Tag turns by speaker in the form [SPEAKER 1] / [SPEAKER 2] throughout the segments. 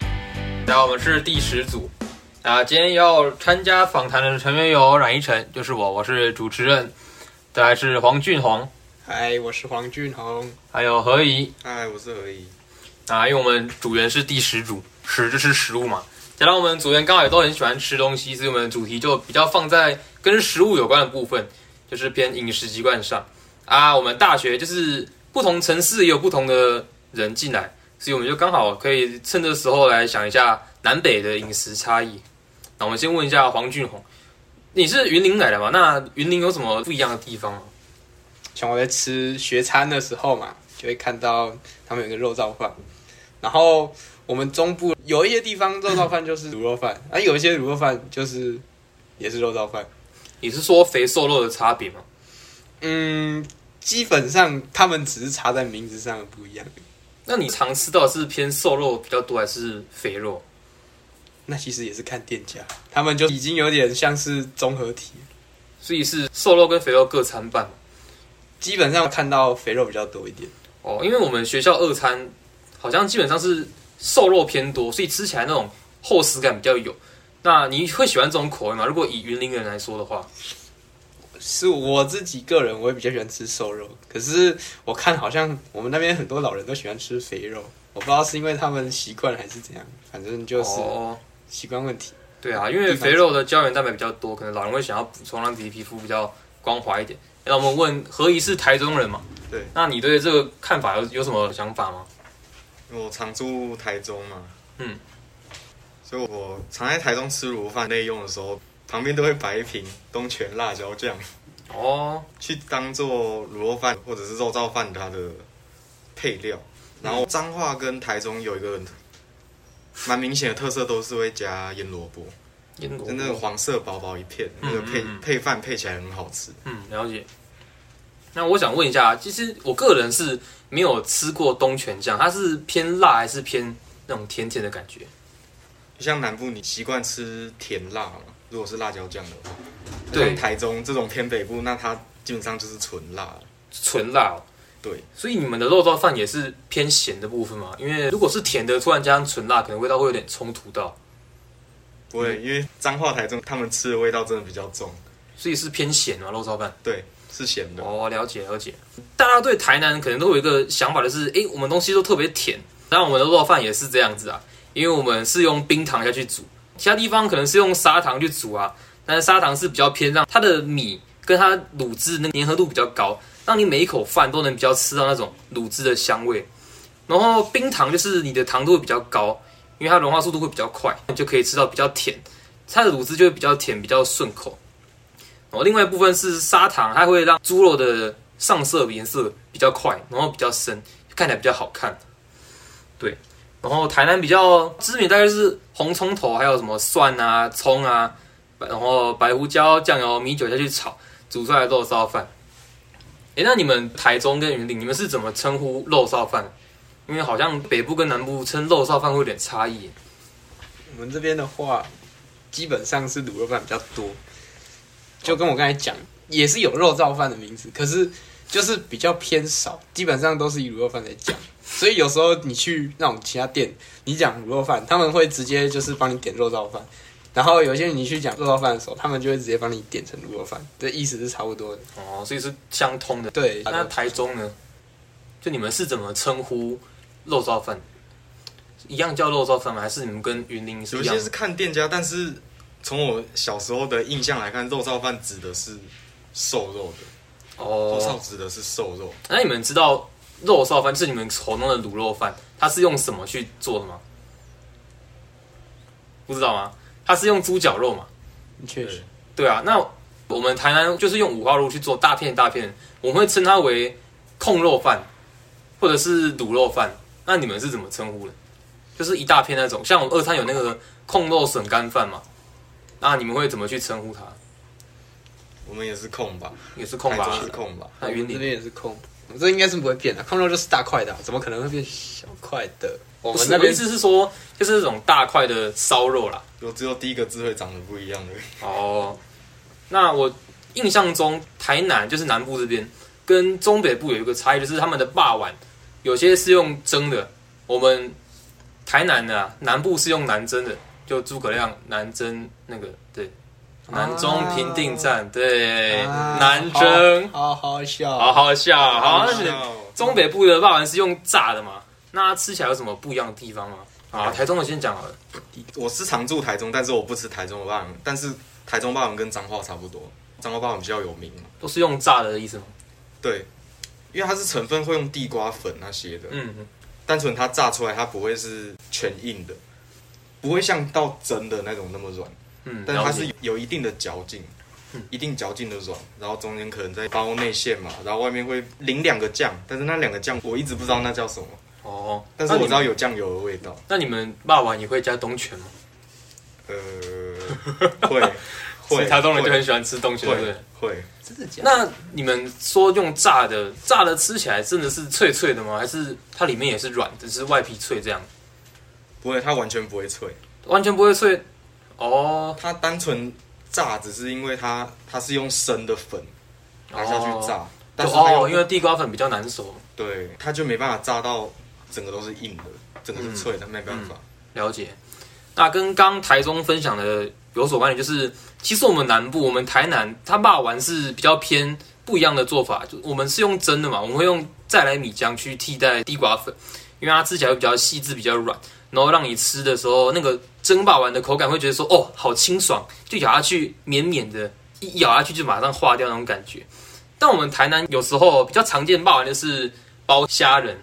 [SPEAKER 1] 大家好，我们是第十组啊。今天要参加访谈的成员有阮一晨，就是我，我是主持人，再来是黄俊宏，
[SPEAKER 2] 嗨，哎我是黄俊宏。
[SPEAKER 1] 还有何怡
[SPEAKER 2] 嗨，哎我是何怡。
[SPEAKER 1] 啊。因为我们组员是第十组，十就是食物嘛，加上我们组员刚好也都很喜欢吃东西，所以我们的主题就比较放在跟食物有关的部分，就是偏饮食习惯上啊。我们大学就是不同城市也有不同的人进来，所以我们就刚好可以趁这时候来想一下南北的饮食差异。那我们先问一下黄俊宏，你是云林来的嘛？那云林有什么不一样的地方吗？
[SPEAKER 2] 像我在吃学餐的时候嘛，就会看到他们有个肉燥饭，然后我们中部有一些地方肉燥饭就是卤肉饭，而、有一些卤肉饭就是也是肉燥饭。
[SPEAKER 1] 你是说肥瘦肉的差别吗？
[SPEAKER 2] 嗯，基本上他们只是差在名字上的不一样。
[SPEAKER 1] 那你常吃到的是偏瘦肉比较多，还是肥肉？
[SPEAKER 2] 那其实也是看店家，他们就已经有点像是综合体了，
[SPEAKER 1] 所以是瘦肉跟肥肉各参半
[SPEAKER 2] 基本上看到肥肉比较多一点。
[SPEAKER 1] 哦。因为我们学校二餐好像基本上是瘦肉偏多，所以吃起来那种厚实感比较有。那你会喜欢这种口味吗？如果以云林人来说的话，
[SPEAKER 2] 是我自己个人，我也比较喜欢吃瘦肉。可是我看好像我们那边很多老人都喜欢吃肥肉，我不知道是因为他们习惯还是怎样，反正就是
[SPEAKER 1] 哦，
[SPEAKER 2] 习惯问题。
[SPEAKER 1] 对啊，因为肥肉的胶原蛋白比较多，可能老人会想要补充，让自己皮肤比较光滑一点。哎那我们问何怡是台中人嘛？
[SPEAKER 3] 对，
[SPEAKER 1] 那你对这个看法有有什么想法吗？
[SPEAKER 3] 我常住台中嘛，
[SPEAKER 1] 嗯，
[SPEAKER 3] 所以我常在台中吃卤肉饭内用的时候，旁边都会摆一瓶东泉辣椒酱，
[SPEAKER 1] 哦，
[SPEAKER 3] 去当做卤肉饭或者是肉燥饭它的配料。然后彰化跟台中有一个蛮明显的特色，都是会加腌萝卜，
[SPEAKER 1] 腌萝
[SPEAKER 3] 就那个黄色薄薄一片，那个配
[SPEAKER 1] 嗯嗯嗯
[SPEAKER 3] 配饭配起来很好吃。
[SPEAKER 1] 嗯，了解。那我想问一下，其实我个人是没有吃过东泉酱，它是偏辣还是偏那种甜甜的感觉？
[SPEAKER 3] 就像南部你习惯吃甜辣嘛，如果是辣椒酱的话，
[SPEAKER 1] 对
[SPEAKER 3] 像台中这种偏北部，那它基本上就是纯辣了。
[SPEAKER 1] 纯辣哦。
[SPEAKER 3] 对，
[SPEAKER 1] 所以你们的肉燥饭也是偏咸的部分嘛？因为如果是甜的，突然加上纯辣，可能味道会有点冲突到，
[SPEAKER 3] 不会，因为彰化台中他们吃的味道真的比较重，
[SPEAKER 1] 所以是偏咸嘛肉燥饭。
[SPEAKER 3] 对，是咸的。
[SPEAKER 1] 哦，了解了解。大家对台南可能都有一个想法，就是诶，我们东西都特别甜，当然我们的肉饭也是这样子啊，因为我们是用冰糖下去煮，其他地方可能是用砂糖去煮啊，但是砂糖是比较偏让它的米跟它卤汁的粘合度比较高，让你每一口饭都能比较吃到那种卤汁的香味。然后冰糖就是你的糖度会比较高，因为它融化速度会比较快，你就可以吃到比较甜，它的卤汁就会比较甜，比较顺口。然后另外一部分是砂糖，它会让猪肉的上色颜色比较快，然后比较深，看起来比较好看。对，然后台南比较知名大概是红葱头，还有什么蒜啊、葱啊，然后白胡椒、酱油、米酒下去炒，煮出来的肉烧饭。诶，那你们台中跟云林，你们是怎么称呼肉烧饭？因为好像北部跟南部称肉烧饭会有点差异。
[SPEAKER 2] 我们这边的话，基本上是卤肉饭比较多，就跟我刚才讲，也是有肉燥饭的名字，可是就是比较偏少，基本上都是以卤肉饭来讲。所以有时候你去那种其他店，你讲卤肉饭，他们会直接就是帮你点肉燥饭，然后有些你去讲肉燥饭的时候，他们就会直接帮你点成卤肉饭，这意思是差不多的。
[SPEAKER 1] 哦，所以是相通的。
[SPEAKER 2] 对，
[SPEAKER 1] 那台中呢？就你们是怎么称呼肉燥饭？一样叫肉燥饭吗？还是你们跟云林是
[SPEAKER 3] 有
[SPEAKER 1] 一
[SPEAKER 3] 些
[SPEAKER 1] 样？
[SPEAKER 3] 是看店家，但是从我小时候的印象来看，肉燥饭指的是瘦肉的，肉燥
[SPEAKER 1] 哦，
[SPEAKER 3] 指的是瘦肉。
[SPEAKER 1] 那你们知道肉燥饭就是你们口中的卤肉饭，它是用什么去做的吗？不知道吗？它是用猪脚肉嘛？
[SPEAKER 2] 确实
[SPEAKER 3] 对。
[SPEAKER 1] 对啊，那我们台南就是用五花肉去做大片大片，我们会称它为控肉饭，或者是卤肉饭。那你们是怎么称呼的？就是一大片那种，像我们二餐有那个控肉笋干饭嘛，那你们会怎么去称呼它？
[SPEAKER 3] 我们也是空吧，
[SPEAKER 1] 也是控
[SPEAKER 3] 台
[SPEAKER 1] 吧
[SPEAKER 3] 中？是空吧。
[SPEAKER 1] 那
[SPEAKER 2] 我
[SPEAKER 1] 云
[SPEAKER 2] 哎们这
[SPEAKER 1] 林
[SPEAKER 2] 边也是空，我们这应该是不会变的，空肉就是大块的啊、怎么可能会变小块的？我
[SPEAKER 1] 不
[SPEAKER 2] 们
[SPEAKER 1] 是，
[SPEAKER 2] 那
[SPEAKER 1] 我的意
[SPEAKER 2] 边
[SPEAKER 1] 思是说，就是那种大块的烧肉啦。
[SPEAKER 3] 有只有第一个字会长得不一样的，
[SPEAKER 1] 哦，那我印象中台南就是南部这边跟中北部有一个差异，就是他们的霸碗有些是用蒸的，我们台南的、啊、南部是用南针的，就诸葛亮南针那个对，
[SPEAKER 3] 啊
[SPEAKER 1] 南中平定战、对、
[SPEAKER 2] 啊
[SPEAKER 1] 南征，
[SPEAKER 2] 好好好笑，
[SPEAKER 1] 好好笑，好哦
[SPEAKER 3] 好
[SPEAKER 1] 像是
[SPEAKER 3] 笑哦
[SPEAKER 1] 中北部的霸王是用炸的嘛，那吃起来有什么不一样的地方吗？啊，台中的先讲好了，
[SPEAKER 3] 我是常住台中，但是我不吃台中的霸王，但是台中霸王跟彰化差不多，彰化霸王比较有名嘛。
[SPEAKER 1] 都是用炸的的意思吗？
[SPEAKER 3] 对，因为它是成分会用地瓜粉那些的，
[SPEAKER 1] 嗯，嗯
[SPEAKER 3] 单纯它炸出来它不会是全硬的，不会像到真的那种那么软，
[SPEAKER 1] 嗯，
[SPEAKER 3] 但它
[SPEAKER 1] 了解
[SPEAKER 3] 是有一定的嚼劲
[SPEAKER 1] 嗯，
[SPEAKER 3] 一定嚼劲的软，然后中间可能再包内馅嘛，然后外面会淋两个酱，但是那两个酱我一直不知道那叫什么，
[SPEAKER 1] 哦，
[SPEAKER 3] 但是我知
[SPEAKER 1] 那
[SPEAKER 3] 道
[SPEAKER 1] 你们
[SPEAKER 3] 有酱油的味道，
[SPEAKER 1] 那你们霸王也会加东泉吗？
[SPEAKER 3] 呃，会
[SPEAKER 1] 所
[SPEAKER 3] 会，
[SPEAKER 1] 以台中人就
[SPEAKER 3] 会
[SPEAKER 1] 很喜欢吃东泉，对不
[SPEAKER 3] 会
[SPEAKER 1] 对？
[SPEAKER 3] 会。
[SPEAKER 2] 真的假的？
[SPEAKER 1] 那你们说用炸的，炸的吃起来真的是脆脆的吗？还是它里面也是软，只是外皮脆这样，
[SPEAKER 3] 不会，它完全不会脆，
[SPEAKER 1] 完全不会脆？哦，
[SPEAKER 3] 它单纯炸只是因为它它是用生的粉拿下去炸，但
[SPEAKER 1] 就是
[SPEAKER 3] 它又、
[SPEAKER 1] 哦，因为地瓜粉比较难熟，
[SPEAKER 3] 对它就没办法炸到整个都是硬的，整个是脆的，没办法。
[SPEAKER 1] 了解。那跟刚台中分享的有所关联，就是其实我们南部，我们台南，它霸丸是比较偏不一样的做法，就我们是用蒸的嘛，我们会用再来米浆去替代地瓜粉，因为它吃起来会比较细致、比较软，然后让你吃的时候，那个蒸霸丸的口感会觉得说，哦，好清爽，就咬下去绵绵的，一咬下去就马上化掉那种感觉。但我们台南有时候比较常见霸丸就是包虾仁，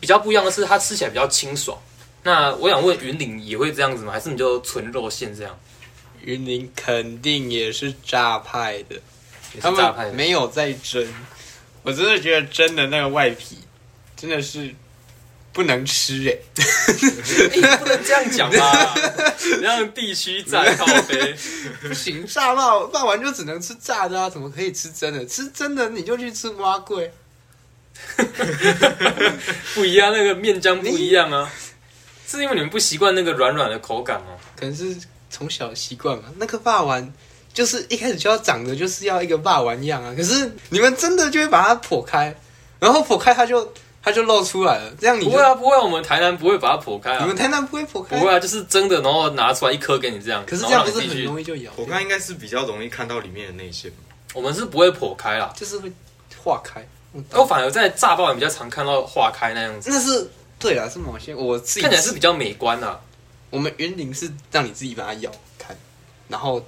[SPEAKER 1] 比较不一样的是它吃起来比较清爽。那我想问，云岭也会这样子吗？还是你就纯肉馅这样？
[SPEAKER 2] 云林肯定也是炸派的，
[SPEAKER 1] 也
[SPEAKER 2] 他
[SPEAKER 1] 是炸派
[SPEAKER 2] 们
[SPEAKER 1] 的？
[SPEAKER 2] 没有在蒸。我真的觉得蒸的那个外皮真的是不能吃哎、
[SPEAKER 1] 哎不能这样讲吧， 让地区战靠杯。
[SPEAKER 2] 不行，炸爆爆完就只能吃炸的啊，怎么可以吃真的？吃真的你就去吃蛙贵，
[SPEAKER 1] 不一样，那个面浆不一样啊。是因为你们不习惯那个软软的口感吗？
[SPEAKER 2] 可能是从小习惯嘛。那个霸丸就是一开始就要长得就是要一个霸丸样啊，可是你们真的就会把它剖开，然后剖开它就它就露出来了，这样你
[SPEAKER 1] 不
[SPEAKER 2] 就、
[SPEAKER 1] 会啊，不会啊，我们台南不会把它剖开
[SPEAKER 2] 你
[SPEAKER 1] 啊
[SPEAKER 2] 们，台南不会剖开，
[SPEAKER 1] 不会啊，就是蒸的，然后拿出来一颗给你这样。
[SPEAKER 2] 可是这
[SPEAKER 1] 然
[SPEAKER 2] 样
[SPEAKER 1] 后
[SPEAKER 2] 不
[SPEAKER 1] 让
[SPEAKER 2] 是
[SPEAKER 1] 你自
[SPEAKER 2] 很
[SPEAKER 1] 己去
[SPEAKER 2] 容易就咬
[SPEAKER 3] 我
[SPEAKER 2] 掉？
[SPEAKER 3] 看应该是比较容易看到里面的内馅吧，
[SPEAKER 1] 我们是不会剖开啦。
[SPEAKER 2] 就是会化开。嗯
[SPEAKER 1] 我反而在炸爆比较常看到化开那样子，
[SPEAKER 2] 那是对啦，是某些我嗯自己
[SPEAKER 1] 看起来是比较美观啊啦。
[SPEAKER 2] 我们云林是让你自己把它咬开，然后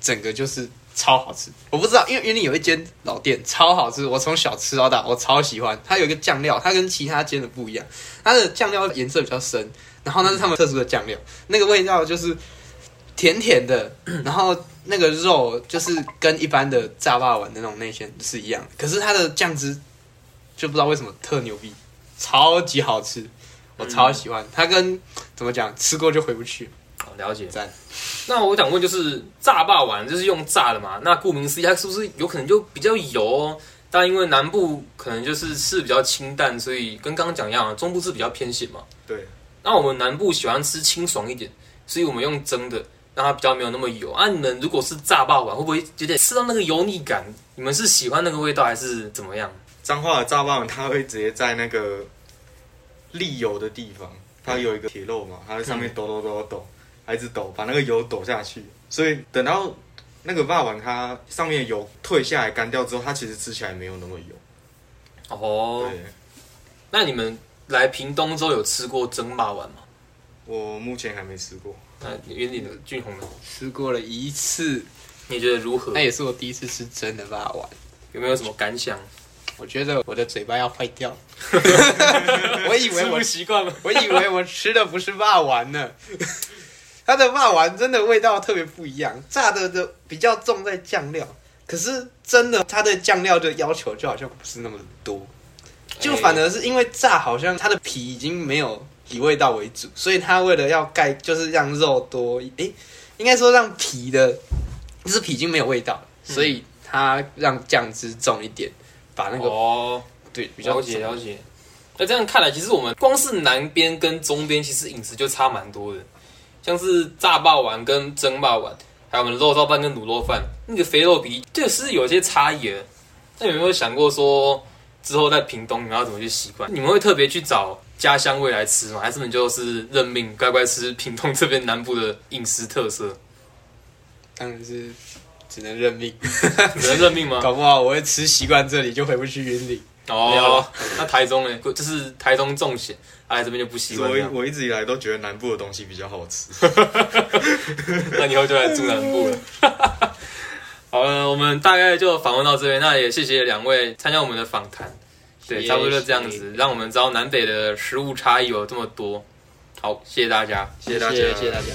[SPEAKER 2] 整个就是超好吃。我不知道，因为云林有一间老店超好吃，我从小吃到大，我超喜欢。它有一个酱料，它跟其他间的不一样，它的酱料颜色比较深，然后那是他们特殊的酱料，那个味道就是甜甜的，然后那个肉就是跟一般的炸霸丸的那种内馅是一样的，可是它的酱汁就不知道为什么特牛逼，超级好吃。我超喜欢它跟怎么讲，吃过就回不去。
[SPEAKER 1] 好，了解。
[SPEAKER 2] 赞
[SPEAKER 1] 那我想问，就是炸霸丸就是用炸的嘛？那顾名思义，它是不是有可能就比较油、哦？但因为南部可能就是吃比较清淡，所以跟刚刚讲一样、啊，中部是比较偏咸嘛。
[SPEAKER 3] 对，
[SPEAKER 1] 那我们南部喜欢吃清爽一点，所以我们用蒸的，让它比较没有那么油。啊，你们如果是炸霸丸，会不会有点吃到那个油腻感？你们是喜欢那个味道还是怎么样？
[SPEAKER 3] 彰化的炸霸王它会直接在那个沥油的地方，它有一个铁漏嘛，它在上面抖抖抖抖，还一直抖，把那个油抖下去。所以等到那个霸王它上面的油退下来干掉之后，它其实吃起来没有那么油。
[SPEAKER 1] 哦，
[SPEAKER 3] 对，
[SPEAKER 1] 那你们来屏东之后有吃过蒸霸丸吗？
[SPEAKER 3] 我目前还没吃过。
[SPEAKER 1] 那云里的俊宏呢？
[SPEAKER 2] 吃过了一次，
[SPEAKER 1] 你觉得如何
[SPEAKER 2] 那？也是我第一次吃真的霸王。
[SPEAKER 1] 有没有什么感想？
[SPEAKER 2] 我觉得我的嘴巴要坏掉 了，我以为我
[SPEAKER 1] 习惯吗？
[SPEAKER 2] 我以为我吃的不是霸王呢，它的霸王真的味道特别不一样，炸的的比较重在酱料，可是真的它对酱料的要求就好像不是那么多，就反
[SPEAKER 1] 哎
[SPEAKER 2] 而是因为炸好像它的皮已经没有以味道为主，所以它为了要盖，就是让肉多，诶、应该说让皮的，就是皮已经没有味道了，所以它让酱汁重一点，把那个、
[SPEAKER 1] 哦，
[SPEAKER 2] 对比较
[SPEAKER 1] 了解
[SPEAKER 2] 重
[SPEAKER 1] 了解。那这样看来，其实我们光是南边跟中边，其实饮食就差蛮多的。像是炸霸丸跟蒸霸丸，还有我们肉燥饭跟卤肉饭，那个肥肉比就是有些差异了。那有没有想过说，之后在屏东你们要怎么去习惯？你们会特别去找家乡味来吃 嘛，还是你就是认命，乖乖吃屏东这边南部的饮食特色？
[SPEAKER 2] 当然是只能认命，
[SPEAKER 1] 只能认命吗？
[SPEAKER 2] 搞不好我会吃习惯这里就回不去云林。没有
[SPEAKER 1] 哦
[SPEAKER 2] 了，
[SPEAKER 1] 那台中
[SPEAKER 2] 哦
[SPEAKER 1] 呢？就是台中重险，哎，这边就不习惯
[SPEAKER 3] 我
[SPEAKER 1] 这
[SPEAKER 3] 一
[SPEAKER 1] 样。
[SPEAKER 3] 我一直以来都觉得南部的东西比较好吃。
[SPEAKER 1] 那你以后就来住南部了。 好了，我们大概就访问到这边，那也谢谢两位参加我们的访谈。对，
[SPEAKER 2] 谢
[SPEAKER 1] 差不多就这样
[SPEAKER 2] 谢
[SPEAKER 1] 子，让我们知道南北的食物差异有这么多。好，谢谢大家。
[SPEAKER 3] 谢谢大家
[SPEAKER 2] 谢谢大家。